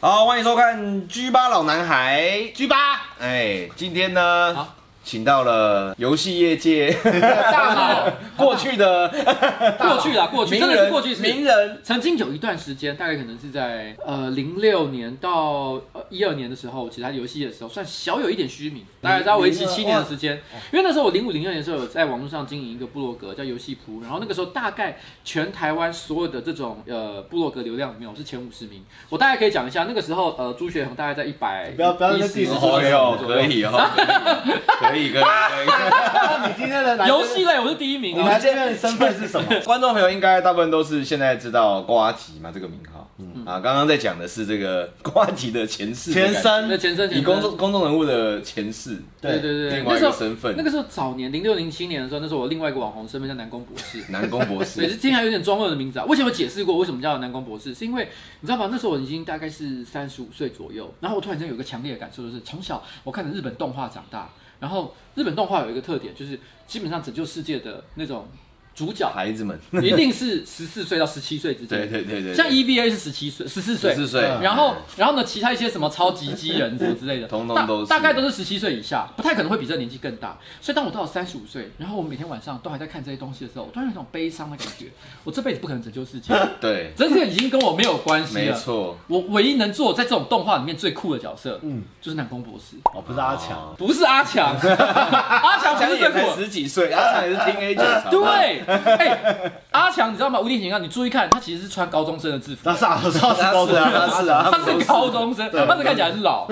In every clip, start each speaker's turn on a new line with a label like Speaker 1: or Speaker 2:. Speaker 1: 好，欢迎收看 G 八老男孩。
Speaker 2: G 八
Speaker 1: 哎，今天呢
Speaker 2: 好，
Speaker 1: 请到了游戏业界
Speaker 2: 大佬，
Speaker 1: 过去的
Speaker 2: 过去啦，过去
Speaker 1: 名
Speaker 2: 真的
Speaker 1: 人
Speaker 2: 是过去式
Speaker 1: 名人。
Speaker 2: 曾经有一段时间，大概可能是在呃零六年到一二年的时候，其实他游戏的时候算小有一点虚名，大概在为期七年的时间。因为那时候我零五零六年的时候有在网络上经营一个部落格叫游戏铺，然后那个时候大概全台湾所有的这种呃部落格流量里面，我是前五十名。我大概可以讲一下，那个时候呃朱学恒大概在一百，
Speaker 3: 不要不要那
Speaker 2: 一
Speaker 3: 个
Speaker 2: 十
Speaker 3: diss
Speaker 1: 哦哟，可以哦， 可以可以可以。
Speaker 3: 那你今天的来
Speaker 2: 游戏类我是第一名
Speaker 3: 你
Speaker 2: 啊。
Speaker 3: 来这边的身份是什么？
Speaker 1: 观众朋友应该大部分都是现在知道瓜吉嘛这个名号，嗯啊，刚刚在讲的是这个瓜吉的前世的感
Speaker 3: 前
Speaker 1: 觉，
Speaker 2: 那
Speaker 3: 身，
Speaker 2: 前身前
Speaker 1: 以
Speaker 2: 身
Speaker 1: 公众公众人物的前世，
Speaker 2: 对对对，
Speaker 1: 另外
Speaker 2: 那
Speaker 1: 一
Speaker 2: 时
Speaker 1: 个
Speaker 2: 候
Speaker 1: 身份，
Speaker 2: 那个时候早年零六零七年的时候，那时候我另外一个网红身份叫南宫博士，
Speaker 1: 南宫博
Speaker 2: 对，这
Speaker 1: 士，
Speaker 2: 听起来有点中二的名字啊。我以前有解释过为什么叫南宫博士，是因为你知道吗？那时候我已经大概是三十五岁左右，然后我突然间有一个强烈的感受，就是从小我看着日本动画长大，然后日本动画有一个特点，就是基本上拯救世界的那种主角
Speaker 1: 孩子们，
Speaker 2: 一定是十四岁到十七岁之 间，
Speaker 1: 对对对对，
Speaker 2: 像 EVA 是十七岁，十四岁，
Speaker 1: 14岁
Speaker 2: 嗯然后，然后呢，其他一些什么超级机人什么之类的，
Speaker 1: 通通
Speaker 2: 大
Speaker 1: 都是
Speaker 2: 大概都是十七岁以下，不太可能会比这年纪更大。所以当我到了三十五岁，然后我每天晚上都还在看这些东西的时候，我突然有一种悲伤的感觉，我这辈子不可能拯 救世界，
Speaker 1: 对，
Speaker 2: 这个已经跟我没有关系
Speaker 1: 没
Speaker 2: 了。
Speaker 1: 错，
Speaker 2: 我唯一能做在这种动画里面最酷的角色，嗯，就是南宫博士，
Speaker 3: 哦，不是阿强，
Speaker 2: 不是阿强， 阿强不是最酷的，
Speaker 1: 十几 岁，阿强也是 teenager，
Speaker 2: 对，哎、阿强，你知道吗？无敌警刚，你注意看，他其实是穿高中生的制服
Speaker 3: 那。是啊，是啊，是高中啊，
Speaker 1: 是啊，
Speaker 2: 他是高中生，
Speaker 3: 对
Speaker 2: 他只看起来很老，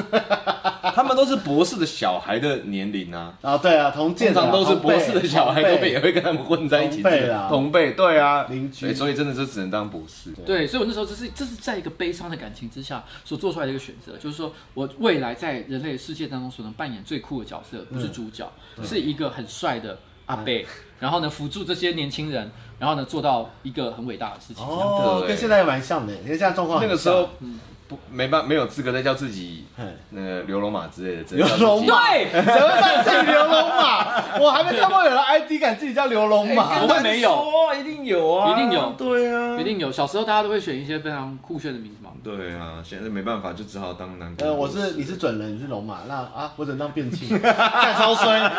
Speaker 1: 他们都是博士的小孩的年龄啊，
Speaker 3: 啊， 对啊，同
Speaker 1: 通
Speaker 3: 届的啊
Speaker 1: 常都是博士的小孩，
Speaker 3: 同辈
Speaker 1: 都被也会跟他们混在一起，
Speaker 3: 同辈啦
Speaker 1: 同辈，对啊，
Speaker 3: 邻居
Speaker 1: 对所以真的就只能当博士，
Speaker 2: 对，所以我那时候这是这是在一个悲伤的感情之下所做出来的一个选择，就是说我未来在人类世界当中所能扮演最酷的角色，不
Speaker 3: 嗯
Speaker 2: 是主角，是一个很帅的阿
Speaker 3: 哎
Speaker 2: 贝，然后呢辅助这些年轻人，然后呢做到一个很伟大的事情。这样
Speaker 3: 哦，跟现在蛮像的，因为现在状况
Speaker 1: 欸那个
Speaker 3: 很
Speaker 1: 时
Speaker 3: 像
Speaker 1: 候不没办没有资格再叫自己
Speaker 3: 嗯
Speaker 1: 那个流龙马之类的，只能
Speaker 3: 流
Speaker 1: 叫自己
Speaker 3: 龙马，
Speaker 2: 对
Speaker 3: 谁会叫自己流龙马？我还没看过有人 ID 敢自己叫流龙马，
Speaker 2: 不会没有，
Speaker 1: 说一定有啊，
Speaker 2: 一定有
Speaker 1: 对啊，
Speaker 2: 一定有。小时候大家都会选一些非常酷炫的名字嘛，
Speaker 1: 对啊，现在没办法，就只好当男。
Speaker 3: 呃，我是你是准人，你是龙马，那啊，我只能当变器，干超衰。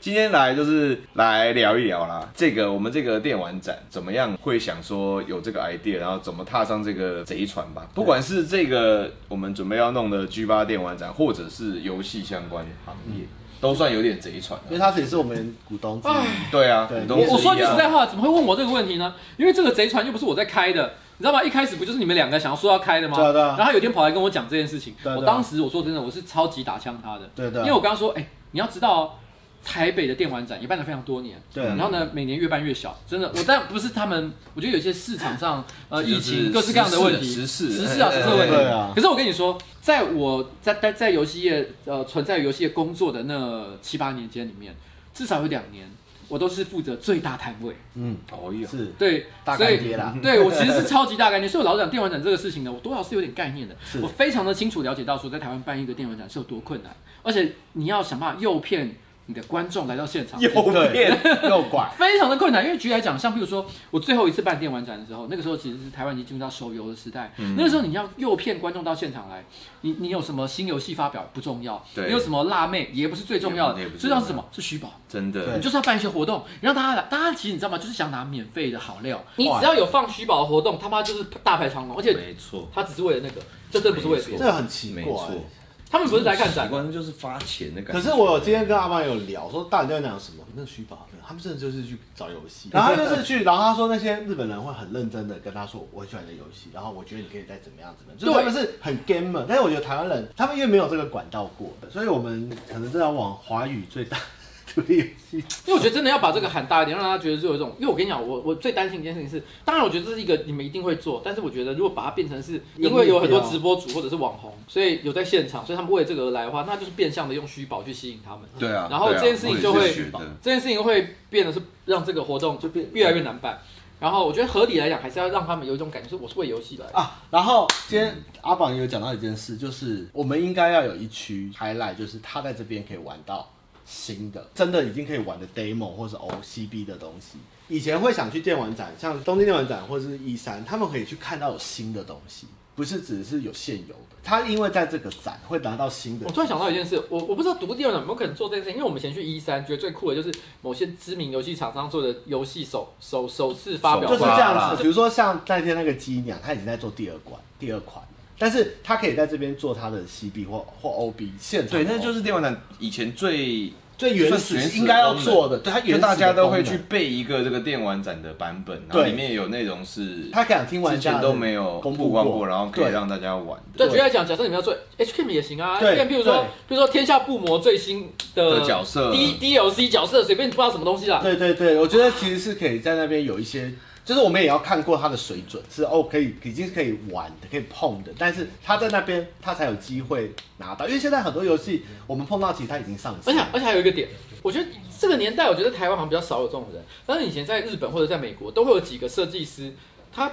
Speaker 1: 今天来就是来聊一聊啦，这个我们这个电玩展怎么样会想说有这个 idea，然后怎么踏上这个贼船吧？不管是这个我们准备要弄的 G 八电玩展，或者是游戏相关行业，都算有点贼船、
Speaker 3: 因为
Speaker 1: 啊。
Speaker 3: 他也是我们股东之一，
Speaker 1: 对啊，
Speaker 3: 对
Speaker 1: 你都
Speaker 3: 我
Speaker 1: 是
Speaker 2: 我说句
Speaker 1: 一样
Speaker 2: 实在话，怎么会问我这个问题呢？因为这个贼船又不是我在开的，你知道吗？一开始不就是你们两个想要说要开的吗？
Speaker 3: 对啊对啊
Speaker 2: 然后他有一天跑来跟我讲这件事情，
Speaker 3: 对啊对啊
Speaker 2: 我当时我说真的，我是超级打枪他的，
Speaker 3: 对对啊
Speaker 2: 因为我刚刚说，哎、你要知道、哦。台北的电玩展也办了非常多年，
Speaker 3: 对啊
Speaker 2: 然后呢，每年越办越小，真的。我但不是他们，我觉得有些市场上呃
Speaker 1: 这就
Speaker 2: 疫
Speaker 1: 是
Speaker 2: 情各式各样的问题，
Speaker 1: 时事
Speaker 2: 时事啊，时事问题。
Speaker 3: 对啊
Speaker 2: 可是我跟你说，在我在在在游戏业呃存在于游戏业工作的那七八年间里面，至少有两年，我都是负责最大摊位。
Speaker 3: 嗯，
Speaker 1: 哦哟，
Speaker 3: 是
Speaker 2: 对，
Speaker 3: 大
Speaker 2: 所以
Speaker 3: 干爹啦。
Speaker 2: 对我其实是超级大概念，所以我老实讲电玩展这个事情呢，我多少是有点概念的。
Speaker 3: 是
Speaker 2: 我非常的清楚了解到说，在台湾办一个电玩展是有多困难，而且你要想办法诱骗你的观众来到现场，
Speaker 1: 右 边
Speaker 3: 又拐，
Speaker 2: 非常的困难。因为举例来讲，像比如说我最后一次办电玩展的时候，那个时候其实是台湾已经进入到手游的时代，那个时候你要诱骗观众到现场来，你你有什么新游戏发表不重要，
Speaker 1: 对
Speaker 2: 你有什么辣妹也不是最重要的
Speaker 1: 也不也，不重
Speaker 2: 最
Speaker 1: 要
Speaker 2: 重要是什么？是虚宝。
Speaker 1: 真的
Speaker 3: 对
Speaker 2: 你就是要办一些活动，让大家来。大家其实你知道吗？就是想拿免费的好料。你只要有放虚宝的活动，他妈就是大排长龙，而且
Speaker 1: 没错，
Speaker 2: 他只是为了那个，这真的不是为了别
Speaker 3: 这
Speaker 2: 的。
Speaker 3: 个很奇
Speaker 1: 没
Speaker 3: 怪
Speaker 1: 错。。
Speaker 2: 他们不是来看展，
Speaker 1: 关键就是发钱的感
Speaker 3: 可
Speaker 1: 觉。
Speaker 3: 是我今天跟阿妈有聊，说到底在讲什么？那个虚宝，他们真的就是去找游戏， 然后他就是去，然后他说那些日本人会很认真的跟他说，我很喜欢你的游戏，然后我觉得你可以再怎么样怎么样，就是他
Speaker 2: 对
Speaker 3: 们是很 gamer，但是我觉得台湾人他们因为没有这个管道过，所以我们可能真的要往华语最大独立游戏，
Speaker 2: 因为我觉得真的要把这个喊大一点，让大家觉得是有一种。因为我跟你讲，我我最担心一件事情是，当然我觉得这是一个你们一定会做，但是我觉得如果把它变成是因为有很多直播主或者是网红，所以有在现场，所以他们为了这个而来的话，那就是变相的用虚宝去吸引他们。
Speaker 1: 对啊，
Speaker 2: 然后这件事情就会
Speaker 1: 我也是觉得
Speaker 2: 这件事情会变得是让这个活动就变越来越难办。然后我觉得合理来讲，还是要让他们有一种感觉，是我是为游戏来的。
Speaker 3: 啊，然后今天阿榜有讲到一件事，就是我们应该要有一区 highlight，就是他在这边可以玩到新的，真的已经可以玩的 demo 或是 OCB 的东西。以前会想去电玩展，像东京电玩展或是一三，他们可以去看到有新的东西。不是只是有现有的，它因为在这个展会拿到新的。
Speaker 2: 我突然想到一件事，我我不知道独立有没有可能做这件事情，因为我们以前去一三，觉得最酷的就是某些知名游戏厂商做的游戏首首首次发表
Speaker 3: 就
Speaker 2: 会，
Speaker 3: 是这样
Speaker 1: 啦
Speaker 3: 子。比如说像那天那个鸡娘，她已经在做第二款第二款了，但是她可以在这边做她的 CB 或或 OB 现场。
Speaker 1: 对，那就是是电玩展以前最
Speaker 3: 最原
Speaker 1: 算原
Speaker 3: 始
Speaker 1: 始
Speaker 3: 应该要
Speaker 1: 功能
Speaker 3: 做的，对，它原
Speaker 1: 就
Speaker 3: 始的
Speaker 1: 大家都会
Speaker 3: 功
Speaker 1: 去
Speaker 3: 能。
Speaker 1: 背一个这个电玩展的版本，然后
Speaker 3: 对
Speaker 1: 里面有内容是
Speaker 3: 他想听玩
Speaker 1: 之
Speaker 3: 家
Speaker 1: 前
Speaker 3: 的
Speaker 1: 都没有
Speaker 3: 公
Speaker 1: 曝
Speaker 3: 布
Speaker 1: 光过，然后可以
Speaker 3: 对
Speaker 1: 让大家玩的
Speaker 2: 对，
Speaker 3: 对
Speaker 2: 举例来讲，假设你们要做 H K 也行啊，
Speaker 3: 对
Speaker 2: 像譬如说譬如
Speaker 3: 对，
Speaker 2: 说天下布魔最新的
Speaker 1: 的角色
Speaker 2: D D L C 角色，随便你不知道什么东西啦。
Speaker 3: 对对对，我觉得其实是可以在那边有一些，就是我们也要看过他的水准是哦，可以已经是可以玩的，可以碰的，但是他在那边他才有机会拿到，因为现在很多游戏我们碰到其实他已经上市
Speaker 2: 而且
Speaker 3: 了，
Speaker 2: 而且还有一个点，我觉得这个年代，我觉得台湾好像比较少有这种人，但是以前在日本或者在美国，都会有几个设计师，他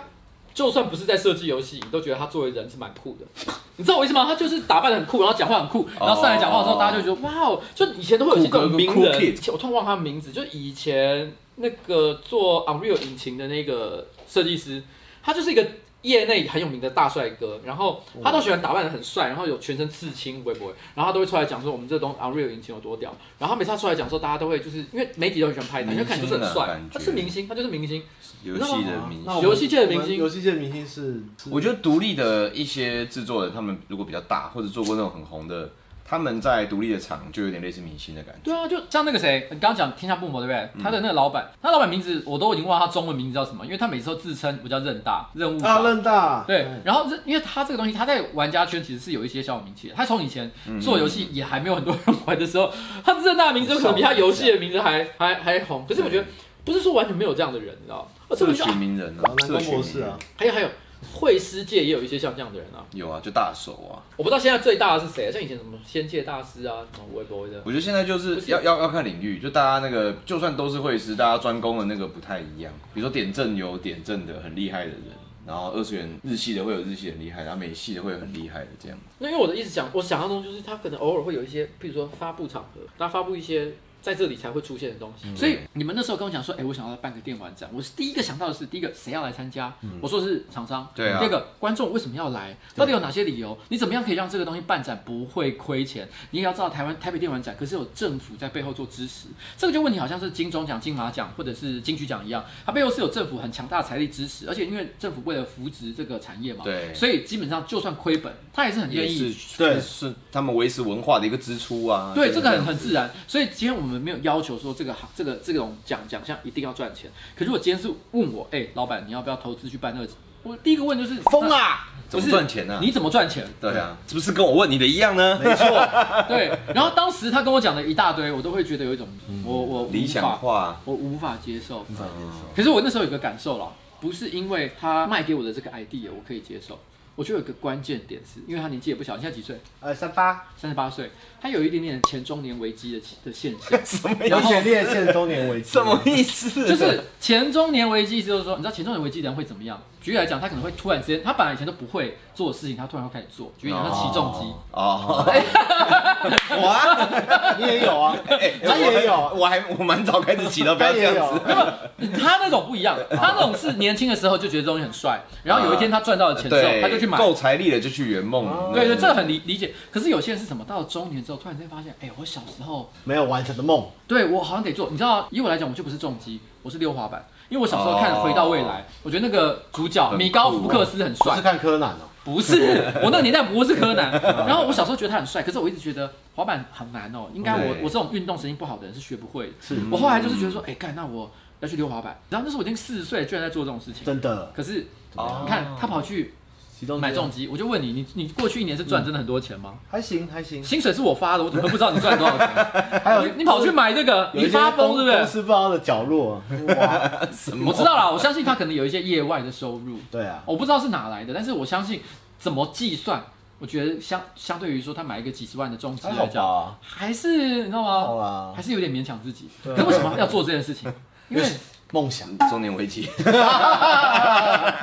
Speaker 2: 就算不是在设计游戏，你都觉得他作为人是蛮酷的，你知道我意思吗？他就是打扮的很酷，然后讲话很酷，然后上来讲话的时候，
Speaker 1: 哦
Speaker 2: 大家就觉得哇哦，就以前都会有一些这种名
Speaker 1: 酷哥
Speaker 2: 人
Speaker 1: 跟酷 kid，
Speaker 2: 我突然忘了他的名字，就以前那个做 Unreal 引擎的那个设计师，他就是一个。业内很有名的大帅哥，然后他都喜欢打扮的很帅，然后有全身刺青，会不会？然后他都会出来讲说我们这东啊 Unreal 引擎有多屌。然后他每次他出来讲说，大家都会就是因为媒体都很喜欢拍他，因为看起来就是很
Speaker 1: 明星啊
Speaker 2: 帅
Speaker 1: 感，觉
Speaker 2: 他是明星，他就是明星。
Speaker 1: 游戏的明
Speaker 3: 那
Speaker 1: 星。
Speaker 3: 我们
Speaker 2: 游戏界的明星
Speaker 3: 我们游戏界的明星是，
Speaker 1: 我觉得独立的一些制作人，他们如果比较大或者做过那种很红的，他们在独立的场就有点类似明星的感觉。
Speaker 2: 对啊，就像那个谁，你刚刚讲天下布魔对不对？他的那个老板，他老板名字我都已经忘了他中文名字叫什么，因为他每次都自称我叫任大任务
Speaker 3: 啊，
Speaker 2: 长。
Speaker 3: 任大
Speaker 2: 对，
Speaker 1: 嗯
Speaker 2: 然后这因为他这个东西，他在玩家圈其实是有一些小有名气的。他从以前
Speaker 1: 嗯
Speaker 2: 做游戏也还没有很多人玩的时候，他任大的名字有可能比他游戏的名字还还还红。可是我觉得不是说完全没有这样的人，你知道吗？而且我
Speaker 1: 社
Speaker 2: 觉得
Speaker 1: 群
Speaker 2: 啊
Speaker 1: 名人
Speaker 3: 然
Speaker 1: 啊
Speaker 3: 后，南
Speaker 1: 社
Speaker 3: 宫
Speaker 1: 群
Speaker 3: 博
Speaker 1: 名
Speaker 3: 士
Speaker 1: 人
Speaker 3: 啊，
Speaker 2: 还有还有会师界也有一些像这样的人啊。
Speaker 1: 有啊，就大手啊。
Speaker 2: 我不知道现在最大的是谁，啊像以前什么仙界大师啊，什么微博的。
Speaker 1: 我觉得现在就
Speaker 2: 不
Speaker 1: 是
Speaker 2: 是
Speaker 1: 要要要看领域，就大家那个就算都是会师，大家专攻的那个不太一样。比如说点阵有点阵的很厉害的人，然后二次元日系的会有日系很厉害，然后美系的会有很厉害的这样。
Speaker 2: 那因为我的意思讲，我想象中就是他可能偶尔会有一些，比如说发布场合，他发布一些在这里才会出现的东西。所以你们那时候跟我讲说，哎、我想要办个电玩展，我是第一个想到的是，第一个谁要来参加？我说是厂商，
Speaker 1: 嗯对啊
Speaker 2: 第二个观众为什么要来？到底有哪些理由？你怎么样可以让这个东西办展不会亏钱？你也要知道台湾台北电玩展可是有政府在背后做支持，这个就问题好像是金钟奖、金马奖或者是金曲奖一样，它背后是有政府很强大的财力支持，而且因为政府为了扶植这个产业嘛，
Speaker 1: 对
Speaker 2: 所以基本上就算亏本，他也是很愿
Speaker 1: 也
Speaker 2: 意
Speaker 1: 是
Speaker 3: 对
Speaker 1: 是他们维持文化的一个支出啊。
Speaker 2: 对，
Speaker 1: 就是
Speaker 2: 这个很
Speaker 1: 样
Speaker 2: 很自然。所以今天我们没有要求说这个行这个这种奖奖项一定要赚钱。可如果今天是问我，哎、老板你要不要投资去办这个？我第一个问就是
Speaker 3: 疯啦，
Speaker 1: 啊怎
Speaker 2: 不
Speaker 1: 么
Speaker 2: 是
Speaker 1: 赚钱呢、啊？
Speaker 2: 你怎么 赚钱？
Speaker 1: 对啊，是不是跟我问你的一样呢？
Speaker 3: 没错，
Speaker 2: 对，然后当时他跟我讲的一大堆，我都会觉得有一种我我无
Speaker 1: 嗯理想
Speaker 2: 法，
Speaker 1: 化，
Speaker 2: 我无法接受。
Speaker 3: 无法接受
Speaker 2: 可是我那时候有个感受啦，不是因为他卖给我的这个 idea 我可以接受，我觉得有个关键点是因为他年纪也不小，你现在几岁？
Speaker 3: 呃，三八
Speaker 2: 三十八岁，他有一点点前中年危机的的现象。
Speaker 1: 什么
Speaker 3: 有点烈线周年危机，
Speaker 1: 什么意思？
Speaker 2: 就是前中年危机，就是说，你知道前中年危机的人会怎么样？举例来讲，他可能会突然之间，他本来以前都不会做的事情，他突然会开始做。举例来讲，他起重机，
Speaker 1: 哦，
Speaker 3: 我啊，你也有啊，他也有，啊
Speaker 1: 我还哎我蛮早开始骑的，不
Speaker 3: 他
Speaker 1: 要这
Speaker 3: 也
Speaker 1: 样
Speaker 3: 有
Speaker 1: 子。，
Speaker 2: 他那种不一样，他那种是年轻的时候就觉得这东西很帅，然后有一天他赚到了钱之后，
Speaker 1: 对，
Speaker 2: 他就去买。
Speaker 1: 够财力了就去圆梦。
Speaker 2: 对对，这很理理解。可是有些人是什么？到了中年之后，突然间发现，哎，我小时候
Speaker 3: 没有完成的梦，
Speaker 2: 对我好像得做。你知道，以我来讲，我就不是重击，我是溜滑板。因为我小时候看《回到未来》我觉得那个主角
Speaker 1: 很
Speaker 2: 米高
Speaker 1: 酷
Speaker 2: 福
Speaker 1: 哦
Speaker 2: 克斯很
Speaker 3: 不
Speaker 2: 帅
Speaker 3: 是，看柯南哦，
Speaker 2: 不 是，我那个年代不是柯南。
Speaker 3: 啊
Speaker 2: 然后我小时候觉得他很帅，可是我一直觉得滑板很难哦，应该我
Speaker 1: 对
Speaker 2: 我这种运动神经不好的人是学不会的。
Speaker 3: 是
Speaker 2: 我后来就是觉得说，哎、干，那我要去溜滑板。然后那时候我已经四十岁了，居然在做这种事情。
Speaker 3: 真的，
Speaker 2: 可是
Speaker 1: 哦
Speaker 2: 你看他跑去
Speaker 3: 其中
Speaker 2: 买重机，我就问你，你你过去一年是赚真的很多钱吗？
Speaker 3: 还行 还行，
Speaker 2: 薪水是我发的，我怎么会不知道你赚多少钱？
Speaker 3: 嗯 还有
Speaker 2: 你你跑去买这个，
Speaker 3: 有一
Speaker 2: 你
Speaker 3: 些
Speaker 2: 发疯对不
Speaker 3: 公
Speaker 2: 对？
Speaker 3: 司不知道的角落，哇，
Speaker 2: 我知道啦，我相信他可能有一些业外的收入。
Speaker 3: 对啊，
Speaker 2: 我不知道是哪来的，但是我相信怎么计算，我觉得相相对于说他买一个几十万的重机
Speaker 3: 还好
Speaker 2: 来讲，
Speaker 3: 吧，
Speaker 2: 还是你知道
Speaker 3: 好
Speaker 2: 吗？
Speaker 3: 啦
Speaker 2: 还，是有点勉强自己。
Speaker 3: 对啊
Speaker 2: 可为什么要做这件事 情？因为你
Speaker 3: 梦想
Speaker 1: 中年危机，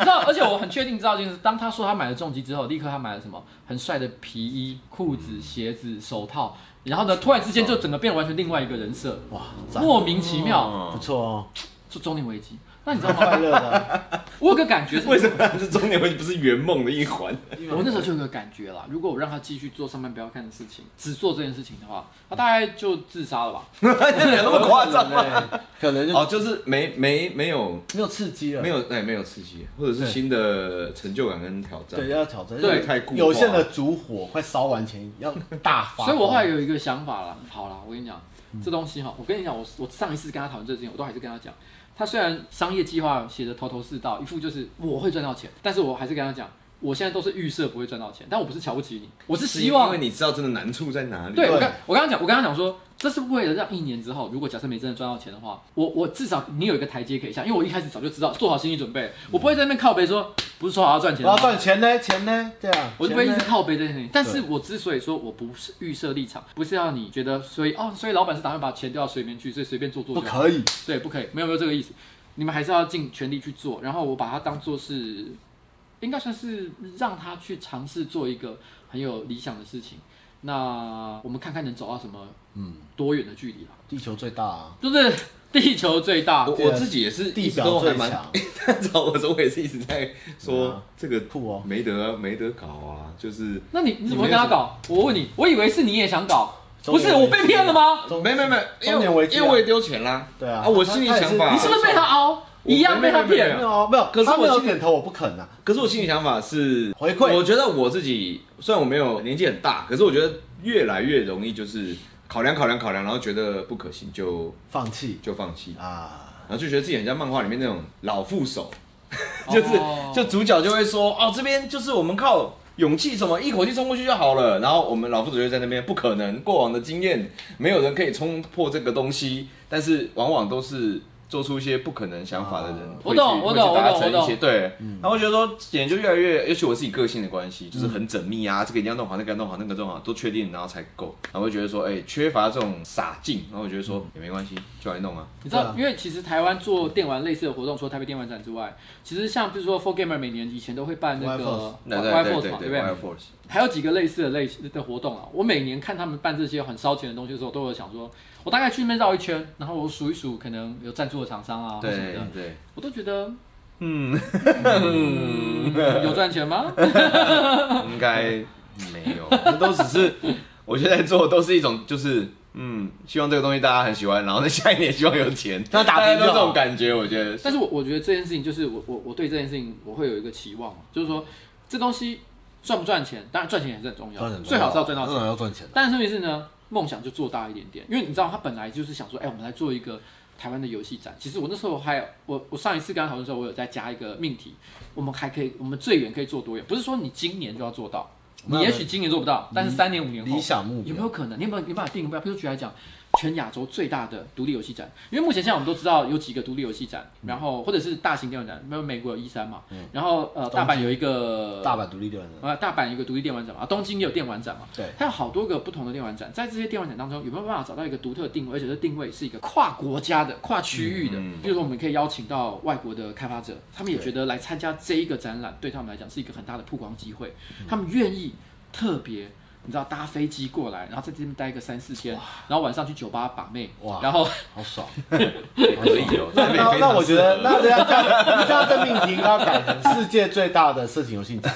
Speaker 2: 知道，而且我很确定知道，就是当他说他买了重机之后，立刻他买了什么很帅的皮衣、裤子、鞋子、手套，然后呢，突然之间就整个变完全另外一个人设，
Speaker 3: 哇，赞
Speaker 2: 莫名其妙，
Speaker 3: 不错哦，
Speaker 2: 就中年危机。那你知道吗？
Speaker 3: 快乐的啊、
Speaker 2: 我有个感 觉 是，
Speaker 1: 为什么这中年会不是圆梦的一 环？
Speaker 2: 我那时候就有个感觉啦，如果我让他继续做上班不要干的事情，只做这件事情的话，他大概就自杀了吧？
Speaker 1: 哎有那么夸张 吗？
Speaker 3: 对，可能就
Speaker 1: 哦，就是没没没有
Speaker 3: 没有刺激了，
Speaker 1: 没有哎没有刺激，或者是
Speaker 3: 对
Speaker 1: 新的成就感跟挑战。
Speaker 3: 对，要挑战，
Speaker 2: 对
Speaker 3: 就是
Speaker 1: 太固化
Speaker 3: 有限的烛火快烧完前要大发光，
Speaker 2: 所以我后来有一个想法啦，好啦，我跟你讲，这东西哈，我跟你讲，我我上一次跟他讨论这个事情，我都还是跟他讲，他虽然商业计划写的头头是道，一副就是我会赚到钱，但是我还是跟他讲，我现在都是预设不会赚到钱，但我不是瞧不起你，我是希望
Speaker 1: 因为你知道真的难处在哪里。
Speaker 2: 对我
Speaker 3: 对
Speaker 2: 刚我刚刚讲，我刚刚讲说，这是为了让一年之后，如果假设没真的赚到钱的话，我我至少你有一个台阶可以下，因为我一开始早就知道做好心理准备，我不会在那边靠背说不是说好要赚钱
Speaker 3: 我要
Speaker 2: 吗？
Speaker 3: 赚钱呢，钱呢，对啊，
Speaker 2: 我就不会一
Speaker 3: 钱
Speaker 2: 直
Speaker 3: 呢
Speaker 2: 靠背这件事情，但是我之所以说我不是预设立场，不是要你觉得，所以哦，所以老板是打算把钱掉到水里面去，所以随便做做
Speaker 3: 不
Speaker 2: 就好。
Speaker 3: 可以，
Speaker 2: 对，不可以，没有没有这个意思。你们还是要尽全力去做，然后我把它当做是，应该算是让他去尝试做一个很有理想的事情。那我们看看能走到什么，嗯，多远的距离啦，
Speaker 3: 地球最大啊，
Speaker 2: 就是 地球最大
Speaker 1: 我，我自己也是一
Speaker 3: 地
Speaker 1: 直都
Speaker 3: 表
Speaker 1: 还
Speaker 3: 最
Speaker 1: 蛮
Speaker 3: 强，
Speaker 1: 找我的时候，我也是一直在
Speaker 3: 嗯
Speaker 1: 说
Speaker 3: 啊
Speaker 1: 这个
Speaker 3: 酷哦
Speaker 1: 没得没得搞啊，就是
Speaker 2: 那你你怎么会跟他搞？我问你，我以为是你也想搞，不是
Speaker 3: 中年
Speaker 2: 我
Speaker 3: 危机
Speaker 2: 被骗了吗？
Speaker 3: 中
Speaker 1: 没没没，因
Speaker 3: 中
Speaker 1: 为
Speaker 3: 年
Speaker 1: 我
Speaker 3: 危机啊
Speaker 1: 因为我也丢钱啦。
Speaker 3: 对啊
Speaker 1: 我心里
Speaker 3: 他他也
Speaker 1: 想法，
Speaker 2: 你是不是被他凹？一样被他
Speaker 1: 啊没有没有
Speaker 2: 骗
Speaker 1: 没
Speaker 3: 没
Speaker 1: 有？
Speaker 3: 有啊没有，
Speaker 1: 可是
Speaker 3: 他没
Speaker 1: 我
Speaker 3: 有
Speaker 1: 心里
Speaker 3: 点头，我不肯啊，
Speaker 1: 可是我心里想法是
Speaker 3: 回馈
Speaker 1: 我觉得我自己虽然我没有年纪很大，可是我觉得越来越容易就是考量考量考量，然后觉得不可行就
Speaker 3: 放弃
Speaker 1: 就放弃，
Speaker 3: 啊，
Speaker 1: 然后就觉得自己很像漫画里面那种老副手， 就是
Speaker 2: 哦
Speaker 1: 就主角就会说哦，这边就是我们靠勇气什么一口气冲过去就好了。然后我们老副手就在那边，不可能，过往的经验没有人可以冲破这个东西，但是往往都是。做出一些不可能想法的人
Speaker 3: 哦，
Speaker 1: 会
Speaker 2: 我
Speaker 1: 去
Speaker 2: 懂我懂
Speaker 1: 会去达
Speaker 2: 我懂
Speaker 1: 成一些
Speaker 2: 我懂嗯
Speaker 1: 对，然后我觉得说，演就越来越，尤其我自己个性的关系，就是很缜密啊，这个一定要弄好，那个要弄好，那个弄好，都确定，然后才够。然后我就觉得说，哎、缺乏这种洒劲，然后我觉得
Speaker 2: 嗯
Speaker 1: 说也没关系，就来弄啊。
Speaker 2: 你知道，
Speaker 3: 对啊
Speaker 2: 因为其实台湾做电玩类似的活动，除了台北电玩展之外，其实像比如说 For Gamer 每年以前都会办那个
Speaker 1: 对
Speaker 2: Y
Speaker 1: 对
Speaker 2: f
Speaker 1: 对
Speaker 2: o
Speaker 1: 对
Speaker 2: 嘛，对不
Speaker 1: 对，Wild
Speaker 2: 对？
Speaker 1: Force
Speaker 2: 还有几个类似的类的活动啊，我每年看他们办这些很烧钱的东西的时候，都有想说，我大概去那边绕一圈，然后我数一数可能有赞助的厂商啊，或什么
Speaker 1: 对
Speaker 2: 的，
Speaker 1: 对，
Speaker 2: 我都觉得
Speaker 1: 嗯。
Speaker 2: 嗯有赚钱吗？
Speaker 1: 应该没有，这都只是我现在做的都是一种就是。嗯，希望这个东西大家很喜欢，然后呢，下一年希望有钱，
Speaker 3: 那打
Speaker 1: 大
Speaker 3: 平
Speaker 1: 家都
Speaker 3: 就
Speaker 1: 这
Speaker 3: 好
Speaker 1: 种感觉，我觉得。
Speaker 2: 但是我我觉得这件事情就是我我我对这件事情我会有一个期望，就是说这东西赚不赚钱，当然赚钱也是很重要，最好是要赚到钱
Speaker 3: 当。然要赚钱啊，
Speaker 2: 但是问题是呢，梦想就做大一点点，因为你知道他本来就是想说，哎、我们来做一个台湾的游戏展。其实我那时候还有我我上一次跟他讨论的时候，我有再加一个命题，我们还可以，我们最远可以做多远？不是说你今年就要做到，你
Speaker 3: 那
Speaker 2: 也许今年做不到，但是三年五年后
Speaker 3: 理想目标
Speaker 2: 有没有可能？你有没有你有办法定个目标？比如举来讲，全亚洲最大的独立游戏展，因为目前现在我们都知道有几个独立游戏展，然后或者是大型电玩展，没有美国有一三嘛，然后呃大阪有一个
Speaker 3: 大阪独立电玩人
Speaker 2: 呃，大阪有一个独立电玩展嘛，啊东京也有电玩展嘛，
Speaker 3: 对
Speaker 2: 它有好多个不同的电玩展，在这些电玩展当中，有没有办法找到一个独特的定位，而且这定位是一个跨国家的、跨区域的？
Speaker 3: 嗯
Speaker 2: 比如说，我们可以邀请到外国的开发者，他们也觉得来参加这一个展览，对他们来讲是一个很大的曝光机会，
Speaker 3: 嗯
Speaker 2: 他们愿意特别。你知道搭飞机过来，然后在这边待个三四天，然后晚上去酒吧把妹，
Speaker 3: 哇
Speaker 2: 然后
Speaker 3: 好爽。
Speaker 1: 可以哦，
Speaker 3: 那
Speaker 1: 台北
Speaker 3: 那
Speaker 1: 非常
Speaker 3: 那我觉
Speaker 1: 适
Speaker 3: 得，
Speaker 1: 合
Speaker 3: 那这样这样这样的命题应该要改成世界最大的色情 游戏展，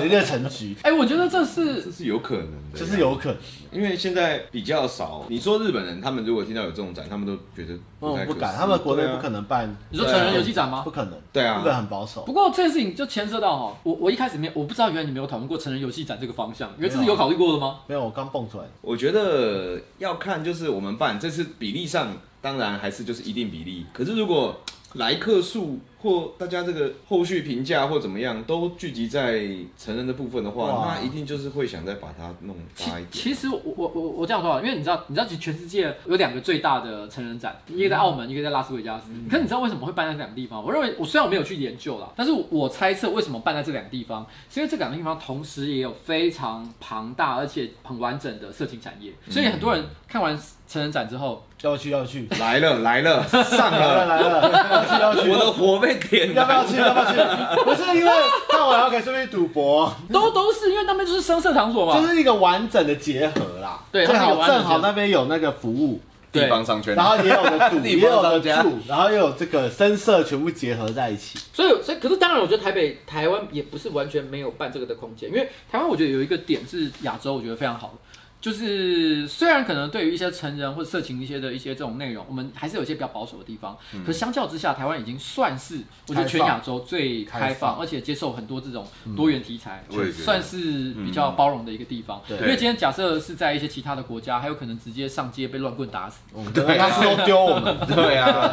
Speaker 3: 绝对成局，
Speaker 1: 啊
Speaker 2: 哎、我觉得这是
Speaker 1: 这是有可能的，
Speaker 3: 这是，有可能。
Speaker 1: 因为现在比较少。你说日本人，他们如果听到有这种展，他们都觉得不太
Speaker 3: 嗯，
Speaker 1: 可
Speaker 3: 不敢，
Speaker 1: 思议
Speaker 3: 他们国内不。
Speaker 1: 对
Speaker 3: 可
Speaker 1: 啊
Speaker 3: 能办，
Speaker 2: 你说成人游戏展吗？
Speaker 3: 不可能。
Speaker 1: 对啊
Speaker 3: 日本很保守
Speaker 2: 不。过这件事情就牵涉到哈，我我一开始没有，我不知道原来你没有讨论过成人游戏展这个方向，因为这是
Speaker 3: 啊
Speaker 2: 有考虑过的吗？
Speaker 3: 没有，我刚蹦出来。
Speaker 1: 我觉得要看就是我们办这次比例上，当然还是就是一定比例。可是如果来客数或大家这个后续评价或怎么样都聚集在成人的部分的话，
Speaker 3: 哇
Speaker 1: 那一定就是会想再把它弄
Speaker 2: 其
Speaker 1: 大一点。
Speaker 2: 其实我我我我这样说啊，因为你知道你知道，其实全世界有两个最大的成人展，一个在澳
Speaker 1: 嗯
Speaker 2: 门，一个在拉斯维加斯。可是你知道为什么会办在这两个地方？我认为我虽然我没有去研究啦，但是我我猜测为什么办在这两个地方，是因为这两个地方同时也有非常庞大而且很完整的色情产业，
Speaker 1: 嗯
Speaker 2: 所以很多人看完成人展之后，
Speaker 3: 要去 要去，
Speaker 1: 来了来了，上
Speaker 3: 来 了
Speaker 1: 了，
Speaker 3: 来了，要去要去
Speaker 1: 我。的火被点
Speaker 3: 要不
Speaker 1: 燃。
Speaker 3: 要去？要不要去？不是因为看完后可以顺便赌博，
Speaker 2: 都都是因为那边就是声色场所嘛，
Speaker 3: 就是一个完整的结合啦。
Speaker 2: 对
Speaker 3: 正
Speaker 2: 它是一
Speaker 3: 好
Speaker 2: 个完整的结合
Speaker 3: 正好那边有那个服务，
Speaker 1: 地方商圈，
Speaker 3: 然后也有的赌，也
Speaker 1: 地方
Speaker 3: 有的
Speaker 1: 商家
Speaker 3: 住，然后又有这个深色全部结合在 一起。
Speaker 2: 所以，所以，可是当然，我觉得台北、台湾也不是完全没有办这个的空间，因为台湾我觉得有一个点是亚洲，我觉得非常好的，就是虽然可能对于一些成人或色情一些的一些这种内容，我们还是有一些比较保守的地方，
Speaker 1: 嗯
Speaker 2: 可是相较之下，台湾已经算是我觉得全亚洲最开放，
Speaker 3: 开放
Speaker 2: 而且接受很多这种多元题材，
Speaker 1: 嗯我也觉得嗯
Speaker 2: 算是比较包容的一个地方。
Speaker 3: 对
Speaker 2: 因为今天假设是在一些其他的国家，还有可能直接上街被乱 棍打死。
Speaker 3: 我们
Speaker 1: 对啊
Speaker 3: 他是都丢我们，
Speaker 1: 对啊，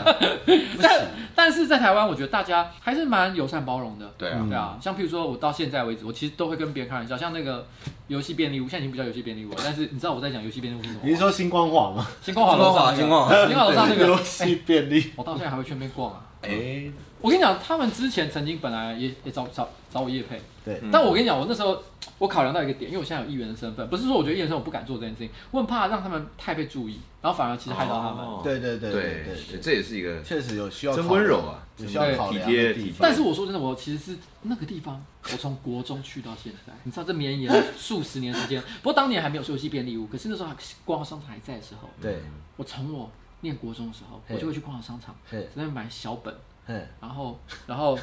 Speaker 2: 但但是在台湾，我觉得大家还是蛮友善包容的。
Speaker 1: 对啊
Speaker 3: 嗯，
Speaker 2: 对啊，像譬如说，我到现在为止，我其实都会跟别人开玩笑，像那个游戏便利屋，现在已经不叫游戏便利屋了，但是你知道我在讲游戏便利屋是什么吗？
Speaker 3: 你是说星光网吗？
Speaker 2: 星光好楼上那个，
Speaker 1: 星光好楼
Speaker 2: 星光好楼上那
Speaker 3: 游
Speaker 2: 个，
Speaker 3: 戏便利，
Speaker 2: 我到现在还会去那边逛啊。
Speaker 1: 哎，
Speaker 2: 我跟你讲，他们之前曾经本来也也找找找我叶配，
Speaker 3: 对
Speaker 1: 嗯
Speaker 2: 但我跟你讲，我那时候我考量到一个点，因为我现在有议员的身份，不是说我觉得议员身份我不敢做这件事情，我很怕让他们太被注意，然后反而其实害到他们。
Speaker 1: 哦
Speaker 3: 对对对
Speaker 1: 对
Speaker 3: 对对，
Speaker 1: 这也是一个
Speaker 3: 确实有需要
Speaker 1: 真
Speaker 3: 考量
Speaker 1: 温柔啊
Speaker 3: 有需要
Speaker 2: 对
Speaker 3: 考量
Speaker 1: 体贴
Speaker 3: 的地
Speaker 1: 体
Speaker 3: 方
Speaker 1: 贴
Speaker 2: 但是我说真的，我其实是那个地方，我从国中去到现在，你知道这绵延数十年时间。不过当年还没有休息便利屋，可是那时候还逛商场还在的时候，
Speaker 3: 对，
Speaker 2: 我从我念国中的时候，
Speaker 3: 嘿
Speaker 2: 我就会去逛商场，
Speaker 3: 嘿
Speaker 2: 在那边买小本，
Speaker 3: 嗯，
Speaker 2: 然后然后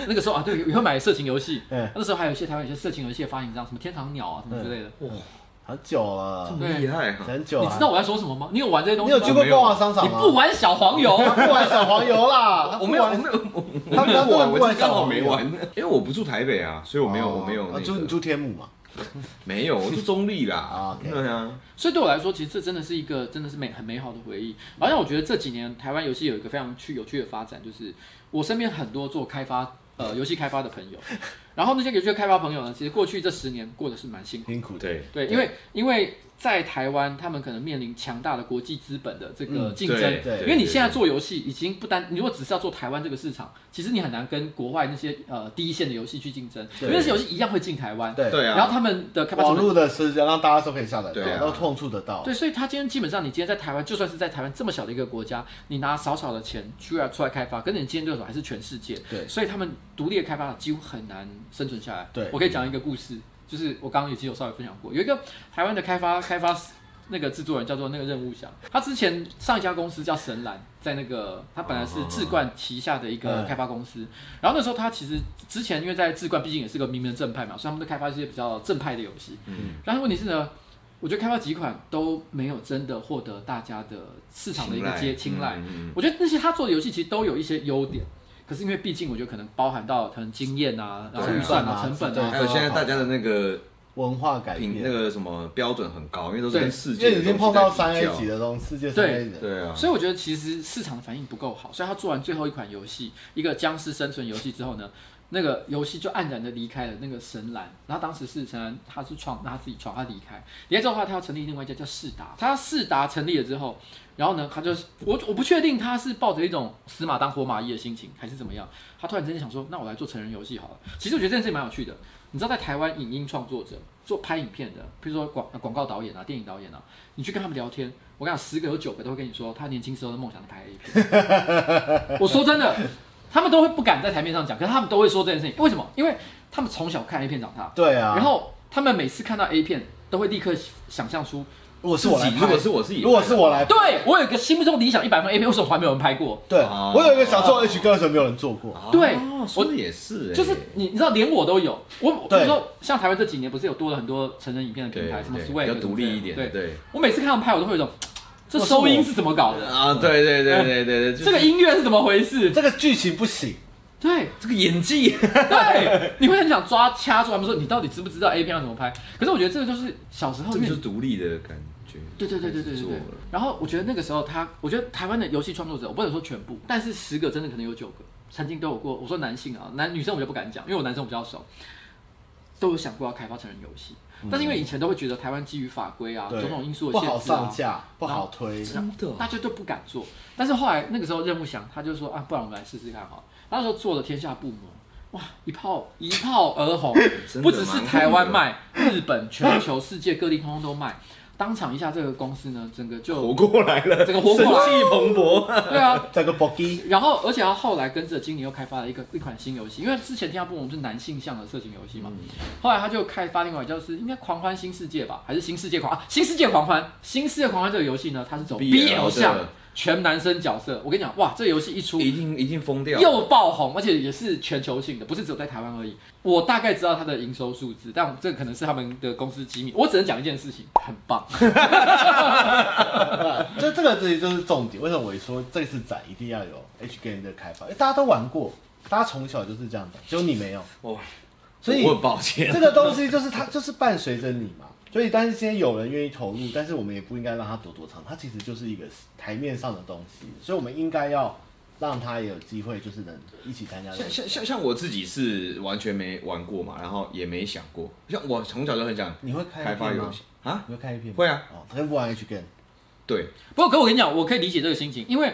Speaker 2: 那个时候啊，对，也会买色情游戏，
Speaker 3: 嗯
Speaker 2: 那时候还有一些台湾有些色情游戏的发行商，什么天堂鸟啊什么之类的。
Speaker 3: 好久了，
Speaker 2: 对
Speaker 1: 厉害哈，
Speaker 3: 很久了。
Speaker 2: 你知道我在说什么吗？你有玩这些东
Speaker 3: 啊
Speaker 2: 西
Speaker 3: 你
Speaker 2: 吗？
Speaker 3: 有去过
Speaker 1: 没有
Speaker 3: 光华商场
Speaker 2: 你
Speaker 3: 吗？
Speaker 2: 不玩小黄油？啊
Speaker 3: 他不玩小黄油啦，
Speaker 1: 我没有，我没有，我
Speaker 3: 他们
Speaker 1: 没有
Speaker 3: 刚
Speaker 1: 玩，
Speaker 3: 刚
Speaker 1: 我
Speaker 3: 不玩
Speaker 1: 是刚
Speaker 3: 小
Speaker 1: 好
Speaker 3: 黄
Speaker 1: 没
Speaker 3: 油
Speaker 1: 玩，因为我不住台北啊，所以我没有，
Speaker 2: 哦
Speaker 1: 我没有
Speaker 3: 啊
Speaker 1: 那
Speaker 3: 住你
Speaker 1: 个，
Speaker 3: 住天母嘛？
Speaker 1: 没有，我住中立 啦
Speaker 2: 哦
Speaker 3: 啊，，OK
Speaker 1: 对啊，
Speaker 2: 所以对我来说，其实这真的是一个真的是美很美好的回忆。而且我觉得这几年台湾游戏有一个非常趣有趣的发展，就是我身边很多做开发呃游戏开发的朋友，然后那些游戏开发朋友呢，其实过去这十年过得是蛮辛苦的。
Speaker 3: 辛苦的，
Speaker 1: 对，
Speaker 2: 对，因为因为在台湾，他们可能面临强大的国际资本的这个
Speaker 3: 嗯
Speaker 2: 竞争，
Speaker 1: 对
Speaker 3: 对
Speaker 2: 因为你现在做游戏已经不单，你如果只是要做台湾这个市场，其实你很难跟国外那些呃第一线的游戏去竞争，因
Speaker 3: 对
Speaker 2: 为那些游戏一样会进台湾，
Speaker 3: 对
Speaker 1: 对啊
Speaker 2: 然后他们的开发成
Speaker 3: 网
Speaker 2: 本
Speaker 3: 络的是要让大家都可以下载
Speaker 1: 对
Speaker 3: 到，
Speaker 1: 啊
Speaker 3: 都碰触得到。
Speaker 2: 对，所以他今天基本上，你今天在台湾，就算是在台湾这么小的一个国家，你拿少少的钱出来出来开发，跟你的竞争对手还是全世界。
Speaker 3: 对
Speaker 2: 所以他们独立的开发几乎很难生存下来。
Speaker 3: 对
Speaker 2: 我可以讲一个故事，就是我刚刚已经有稍微分享过，有一个台湾的开发开发那个制作人叫做那个任务祥，他之前上一家公司叫神蓝，在那个他本来是智冠旗下的一个
Speaker 3: 哦嗯
Speaker 2: 开发公司，然后那时候他其实之前因为在智冠毕竟也是个名门正派嘛，所以他们都开发一些比较正派的游戏。
Speaker 1: 嗯，
Speaker 2: 但是问题是呢，我觉得开发几款都没有真的获得大家的市场的一个接青睐。
Speaker 1: 嗯，嗯
Speaker 2: 我觉得那些他做的游戏其实都有一些优点，可是因为毕竟我觉得可能包含到可能经验啊，然后
Speaker 1: 对啊
Speaker 2: 预算啊、
Speaker 3: 啊
Speaker 2: 成本
Speaker 3: 对
Speaker 1: 嗯
Speaker 2: 啊。
Speaker 1: 还有现在大家的那个
Speaker 3: 文化改
Speaker 1: 品
Speaker 3: 变，
Speaker 1: 那个什么标准很高，因为都是
Speaker 2: 对
Speaker 1: 跟世
Speaker 3: 因
Speaker 1: 界
Speaker 3: 为已经碰到三 A 级
Speaker 1: 了，
Speaker 3: 的东西，世界三 A 的，
Speaker 1: 对啊，
Speaker 2: 所以我觉得其实市场的反应不够好，所以他做完最后一款游戏，一个僵尸生存游戏之后呢，那个游戏就黯然的离开了那个神蓝。然后当时是神蓝，他是创，他自己创，他离开。离开之后的话，他要成立另外一家叫世达。他世达成立了之后，然后呢，他就是我我不确定他是抱着一种死马当活马医的心情，还是怎么样。他突然之间想说，那我来做成人游戏好了。其实我觉得这件事情蛮有趣的。你知道，在台湾影音创作者做拍影片的，比如说广呃广告导演啊、电影导演啊，你去跟他们聊天，我跟你讲，十个有九个都会跟你说，他年轻时候的梦想是拍 A 片。 我说真的，他们都会不敢在台面上讲，可是他们都会说这件事情。为什么？因为他们从小看 A 片长大，
Speaker 3: 对啊。
Speaker 2: 然后他们每次看到 A 片，都会立刻想象出，
Speaker 3: 如果
Speaker 1: 自
Speaker 3: 是我来
Speaker 1: 己，
Speaker 3: 拍，
Speaker 1: 如果是我自己，
Speaker 3: 如果是我来，拍，
Speaker 2: 对我有一个心目中理想一百分 A 片，为什么从来没有人拍过？
Speaker 3: 对
Speaker 1: 啊
Speaker 3: 我有一个想做 H 歌的时候没有人做过，
Speaker 1: 哦，
Speaker 2: 对
Speaker 1: 说的也是欸，
Speaker 2: 就是你，你知道，连我都有。我比
Speaker 3: 对
Speaker 2: 如说，像台湾这几年不是有多了很多成人影片的
Speaker 1: 对
Speaker 2: 平台，什么
Speaker 1: 对
Speaker 2: Swag，
Speaker 1: 比较独立一点的，
Speaker 2: 对，
Speaker 1: 对
Speaker 2: 我每次看他们拍，我都会有一种，这
Speaker 3: 我是
Speaker 2: 收音
Speaker 3: 我
Speaker 2: 是怎么搞的？
Speaker 1: 啊，对对对对对对，就是
Speaker 2: 这个音乐是怎么回事？
Speaker 3: 这个剧情不行，
Speaker 2: 对，
Speaker 1: 这个演技，
Speaker 2: 对，你会很想抓掐住他们说你到底知不知道 A 片要怎么拍？可是我觉得这个就是小时候
Speaker 1: 这
Speaker 2: 因
Speaker 1: 个
Speaker 2: 为
Speaker 1: 就是独立的感觉，
Speaker 2: 对对对对对
Speaker 1: 开
Speaker 2: 对
Speaker 1: 始做
Speaker 2: 对
Speaker 1: 了。
Speaker 2: 然后我觉得那个时候他，我觉得台湾的游戏创作者，我不能说全部，但是十个真的可能有九个曾经都有过。我说男性啊，男女生我就不敢讲，因为我男生我比较熟，都有想过要开发成人游戏。但是因为以前都会觉得台湾基于法规啊、
Speaker 3: 对，
Speaker 2: 种种因素的
Speaker 3: 不
Speaker 2: 限制啊，
Speaker 3: 好上架，不好推，
Speaker 1: 真的啊，
Speaker 2: 大家都不敢做。但是后来那个时候任务想，他就说啊，不然我们来试试看哈。他那时候做了天下布魔，哇，一炮一炮而红
Speaker 1: 真的
Speaker 2: 不只
Speaker 1: 蛮
Speaker 2: 是
Speaker 1: 酷的
Speaker 2: 台湾卖，日本、全球、世界各地通通都卖。当场一下，这个公司呢，整个
Speaker 1: 活
Speaker 2: 就
Speaker 1: 过来了，
Speaker 2: 整个活过来
Speaker 1: 生气蓬勃。
Speaker 2: 对啊。
Speaker 3: 整个 b o g
Speaker 2: 然后，而且他后来跟着经理又开发了一个一款新游戏，因为之前《天下不容》是男性向的色情游戏嘛，
Speaker 1: 嗯
Speaker 2: 后来他就开发另外叫是应该《狂欢新世界》吧，还是《新世界狂》啊？《新世界狂欢》《新世界狂欢》这个游戏呢，它是走
Speaker 1: BL
Speaker 2: BL 向
Speaker 1: 的
Speaker 2: 全男生角色。我跟你讲，哇，这游戏一出
Speaker 1: 一定一定疯掉，
Speaker 2: 又爆红，而且也是全球性的，不是只有在台湾而已。我大概知道它的营收数字，但这可能是他们的公司机密。我只能讲一件事情，很棒。
Speaker 3: 这这个这啊就是重点。为什么我说这次展一定要有 H game 的开发？因为大家都玩过，大家从小就是这样的，只有你没有。
Speaker 1: 哇，
Speaker 3: 所以
Speaker 1: 我很抱歉
Speaker 3: 这。个东西就是它就是伴随着你嘛。所以，但是今天有人愿意投入，但是我们也不应该让它躲躲藏，它其实就是一个台面上的东西，所以我们应该要让它也有机会，就是能一起参加这个。
Speaker 1: 像像像像我自己是完全没玩过嘛，然后也没想过，像我从小就很想
Speaker 3: 你会看
Speaker 1: 开发
Speaker 3: A 片
Speaker 1: 游
Speaker 3: 吗
Speaker 1: 戏啊，
Speaker 3: 你会看 A 片吗？
Speaker 1: 会啊
Speaker 3: 哦，他跟不玩 H game，
Speaker 1: 对，
Speaker 2: 不过，可我跟你讲，我可以理解这个心情，因为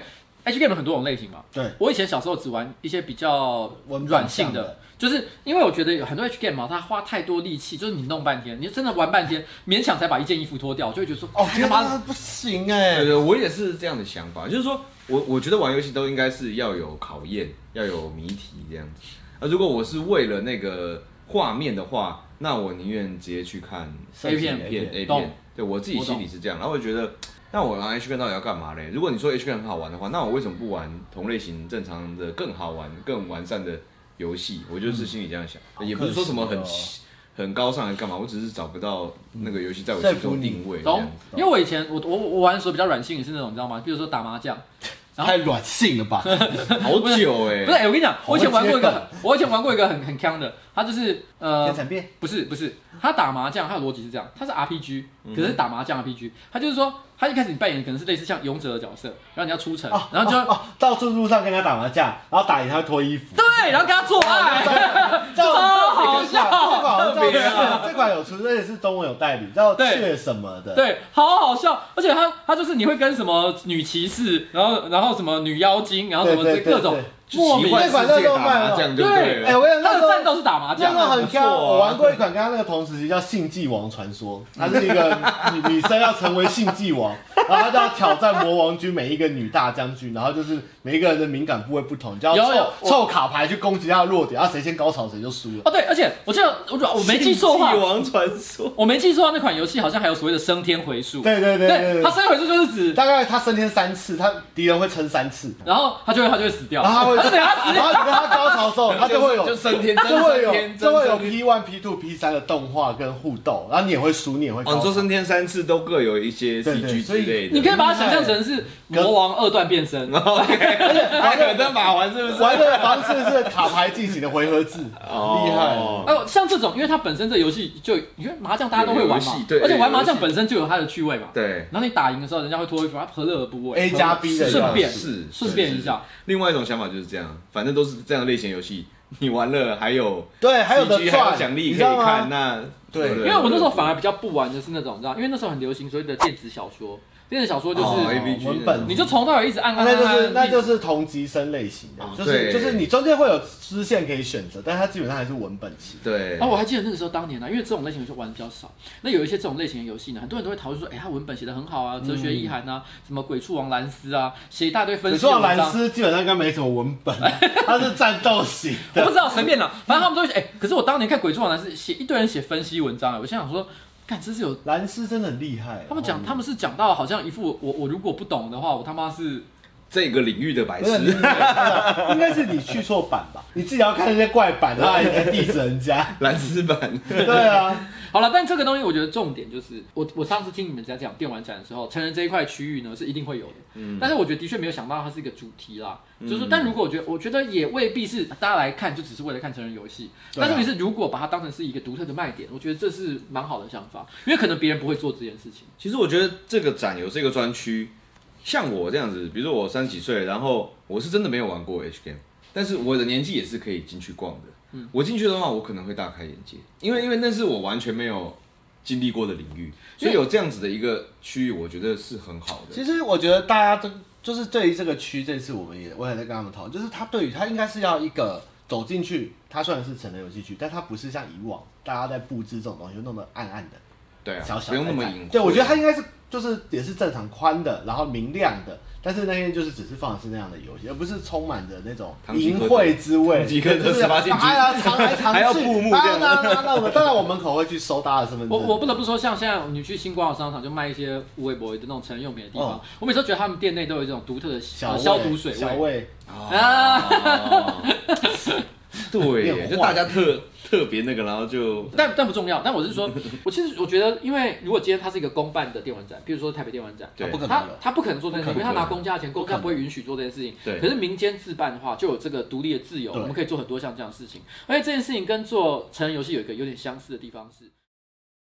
Speaker 2: H game 有很多种类型嘛。
Speaker 3: 对，
Speaker 2: 我以前小时候只玩一些比较
Speaker 3: 文本
Speaker 2: 软性
Speaker 3: 向
Speaker 2: 的
Speaker 3: 的，
Speaker 2: 就是因为我觉得有很多 H game 嘛，它花太多力气，就是你弄半天，你真的玩半天，勉强才把一件衣服脱掉，就会觉得说，
Speaker 3: 哦，
Speaker 2: 哎
Speaker 3: 天
Speaker 2: 他妈
Speaker 3: 哪，不行哎、
Speaker 1: 对对，我也是这样的想法，就是说我我觉得玩游戏都应该是要有考验，要有谜题这样子。啊，如果我是为了那个画面的话，那我宁愿直接去看
Speaker 3: 色情
Speaker 2: A 片
Speaker 1: A 哎片 A
Speaker 2: 懂
Speaker 1: 片。对我自己
Speaker 2: 我懂
Speaker 1: 心里是这样，然后我觉得，那我玩 H 片到底要干嘛嘞？如果你说 H 片很好玩的话，那我为什么不玩同类型正常的更好玩、更完善的游戏？我就是心里这样想，也不是说什么很
Speaker 3: 好可惜
Speaker 1: 很高尚还干嘛，我只是找不到那个游戏在我
Speaker 3: 在
Speaker 1: 心
Speaker 3: 乎
Speaker 1: 中
Speaker 3: 你
Speaker 1: 定位这样
Speaker 2: 懂
Speaker 1: 子。？
Speaker 2: 因为我以前我我我玩的时候比较软性，也是那种你知道吗？比如说打麻将，然后
Speaker 3: 太软性了吧？
Speaker 1: 好久哎、
Speaker 2: 不是、哎我跟你讲，我以前玩过一
Speaker 3: 好会
Speaker 2: 个，我以前玩过一个很很坑的，他就是呃
Speaker 3: 天，蚕变，
Speaker 2: 不是不是，他打麻将，他的逻辑是这样，他是 RPG，可是打麻将 RPG，他就是说，他一开始你扮演的可能是类似像勇者的角色，然后你要出城，然后就、
Speaker 3: 哦哦到处路上跟他打麻将，然后打赢他会脱衣服。
Speaker 2: 对，然后跟他做
Speaker 3: 哦
Speaker 2: 爱，
Speaker 3: 这种
Speaker 2: 超好
Speaker 3: 这款
Speaker 2: 笑
Speaker 3: 这款好
Speaker 1: 特别
Speaker 3: 像这款有出，这也是中文有代理，叫
Speaker 2: 对
Speaker 3: 血什么的。，
Speaker 2: 对，好好笑，而且他他就是你会跟什么女骑士，然后然后什么女妖精，然后什么
Speaker 3: 对
Speaker 2: 这
Speaker 3: 对对
Speaker 2: 各种
Speaker 3: 对
Speaker 2: 莫名
Speaker 3: 奇怪
Speaker 1: 世界打麻将就对
Speaker 3: 哎，
Speaker 1: 了。
Speaker 3: 我跟你讲
Speaker 2: 他的
Speaker 3: 那时候
Speaker 2: 战斗是打麻
Speaker 3: 那
Speaker 2: 将
Speaker 3: 个，很
Speaker 1: 不错啊
Speaker 3: 高，我玩过一款跟他那个同时期叫《性技王传说》，它是一个女女生要成为性技王，然后她就要挑战魔王军每一个女大将军，然后就是每一个人的敏感部位不同，你就
Speaker 2: 有有
Speaker 3: 要
Speaker 2: 我
Speaker 3: 凑凑卡牌去攻击她的弱点，然后谁先高潮谁就输了。
Speaker 2: 哦对，而且我记得我我没记错的 话
Speaker 1: 帝，王传 说，
Speaker 2: 我没记错的话那款游戏好像还有所谓的升天回数，
Speaker 3: 对对对对
Speaker 2: 对，
Speaker 3: 对
Speaker 2: 他升天回数就是指
Speaker 3: 大概他升天三次，他敌人会撑三次，
Speaker 2: 然后他就会他就会死掉，
Speaker 3: 然后他会，
Speaker 2: 就等他死
Speaker 3: 然后你跟他高潮的时候，他就会有，
Speaker 1: 就升天，
Speaker 3: 就会
Speaker 1: 升
Speaker 3: 有，
Speaker 1: 天，
Speaker 3: 就会有
Speaker 1: 升天
Speaker 3: P one、P two、P 三的动画跟互动，然后你也会输，你也会
Speaker 1: 哦，
Speaker 3: 高
Speaker 1: 你说
Speaker 3: 潮。
Speaker 1: 升天三次都各有一些
Speaker 3: 对对
Speaker 1: CG 之类的，
Speaker 2: 你可以把它想象成是魔王二段变身，
Speaker 1: 还有在把玩是不是？
Speaker 3: 玩的方式是卡牌进行的回合制，厉
Speaker 1: 哦
Speaker 3: 害了。
Speaker 2: 呃，像这种，因为它本身这游戏就，你看麻将大家都会
Speaker 1: 有
Speaker 2: 玩
Speaker 1: 游
Speaker 2: 嘛
Speaker 1: 戏，对
Speaker 2: 而且玩麻
Speaker 1: 有游
Speaker 2: 将
Speaker 1: 戏
Speaker 2: 本身就有它的趣味嘛。
Speaker 1: 对，
Speaker 2: 然后你打赢的时候，人家会脱衣服，它何乐而不为？
Speaker 3: A 加 B 的
Speaker 2: 顺便
Speaker 1: 是
Speaker 2: 顺便一。下
Speaker 1: 是，是另外一种想法就是这样，反正都是这样的类型游戏，你玩了还有
Speaker 3: 对，还有的
Speaker 1: CG 还
Speaker 3: 赚
Speaker 1: 有奖
Speaker 3: 你
Speaker 1: 励
Speaker 3: 知
Speaker 1: 可以
Speaker 3: 道吗
Speaker 1: 看，那
Speaker 3: 对
Speaker 2: 因为我那时候反而比较不玩的是那种，你知道，因为那时候很流行所谓的电子小说，电子小说就
Speaker 1: 哦
Speaker 2: 是
Speaker 1: AVG
Speaker 3: 文本
Speaker 2: 你就从头到尾一直按按
Speaker 3: 啊那
Speaker 2: 按
Speaker 3: 就是
Speaker 2: 按，
Speaker 3: 那就
Speaker 2: 你
Speaker 3: 是同级生类型的，就
Speaker 1: 哦对
Speaker 3: 是就是你中间会有支线可以选择，但它基本上还是文本型。
Speaker 1: 对
Speaker 2: 哦，我还记得那个时候当年呢、因为这种类型游戏玩的比较少，那有一些这种类型的游戏呢，很多人都会讨论说，哎、它文本写的很好啊，哲学意涵啊，什么鬼畜王兰斯啊，写一大堆分
Speaker 3: 你
Speaker 2: 析
Speaker 3: 说
Speaker 2: 的
Speaker 3: 到
Speaker 2: 文
Speaker 3: 蓝
Speaker 2: 章。
Speaker 3: 斯基本上应该没什么文 本，它是战斗型
Speaker 2: 我不
Speaker 3: 的。
Speaker 2: 知道，随便啦，反正他们都会写。哎、可是我当年看《鬼畜王》是写一堆人写分析文章、哎，我心想说，看这是有
Speaker 3: 蓝斯真的很厉害，
Speaker 2: 他们讲，他们是讲到好像一副我我如果不懂的话，我他妈是
Speaker 1: 这个领域的白
Speaker 3: 不是，你
Speaker 1: 痴
Speaker 3: 应，该应该是你去错版吧？你自己要看那些怪版，然后你在 diss 人家。
Speaker 1: 蓝丝版，
Speaker 3: 对啊，
Speaker 2: 好了。但这个东西我觉得重点就是，我我上次听你们在讲电玩展的时候，成人这一块区域呢是一定会有的，
Speaker 3: 嗯
Speaker 2: 但是我觉得的确没有想到它是一个主题啦。就是，但如果我觉得，我觉得也未必是大家来看就只是为了看成人游戏，
Speaker 3: 对啊
Speaker 2: 但是问题是如果把它当成是一个独特的卖点，我觉得这是蛮好的想法，因为可能别人不会做这件事情。
Speaker 1: 其实我觉得这个展有这个专区，像我这样子，比如说我三十几岁，然后我是真的没有玩过 H game，但是我的年纪也是可以进去逛的。
Speaker 3: 嗯
Speaker 1: 我进去的话，我可能会大开眼界，因为因为那是我完全没有经历过的领域，所以有这样子的一个区域，我觉得是很好的。
Speaker 3: 其实我觉得大家都就是对于这个区，这次我们也我也在跟他们讨论，就是他对于他应该是要一个走进去，它虽然是成人游戏区，但它不是像以往大家在布置这种东西弄得暗暗的。
Speaker 1: 对啊，
Speaker 3: 小小
Speaker 1: 不用那么
Speaker 3: 窄窄
Speaker 1: 隐晦。
Speaker 3: 对，我觉得它应该是就是也是正常宽的，然后明亮的，但是那天就是只是放的是那样的游戏，而不是充满着那种
Speaker 1: 堂吉诃
Speaker 3: 淫
Speaker 1: 德
Speaker 3: 秽之味，
Speaker 1: 堂吉诃德
Speaker 3: 就是
Speaker 1: 18禁
Speaker 3: 哎呀，藏来藏去，
Speaker 1: 还要布幕这样
Speaker 3: 啊那那那我们当然我们口会去搜大家的身份证，
Speaker 2: 我我不得不说，像现在你去新光的商场就卖一些微博的那种成人用品的地方，
Speaker 3: 哦
Speaker 2: 我每次都觉得他们店内都有一种独特的
Speaker 3: 小
Speaker 2: 呃
Speaker 3: 味
Speaker 2: 消毒水
Speaker 3: 小
Speaker 2: 味。
Speaker 3: 味，
Speaker 1: 啊，对，
Speaker 3: 变
Speaker 1: 就
Speaker 3: 坏
Speaker 1: 大家特特别那个，然后就
Speaker 2: 但但不重要，但我是说，我其实我觉得，因为如果今天它是一个公办的电玩展，比如说台北电玩展，
Speaker 1: 对
Speaker 3: 不可能
Speaker 2: 他
Speaker 3: 有。
Speaker 2: 他不可能做这件事，
Speaker 1: 不可
Speaker 2: 因为
Speaker 1: 能
Speaker 2: 他拿公家的钱，公
Speaker 3: 不可
Speaker 2: 家
Speaker 3: 能
Speaker 2: 不会允许做这件事情。
Speaker 1: 对
Speaker 2: 可是民间自办的话，就有这个独立的自由，
Speaker 3: 对
Speaker 2: 我们可以做很多像这样的事情。而且这件事情跟做成人游戏有一个有点相似的地方是，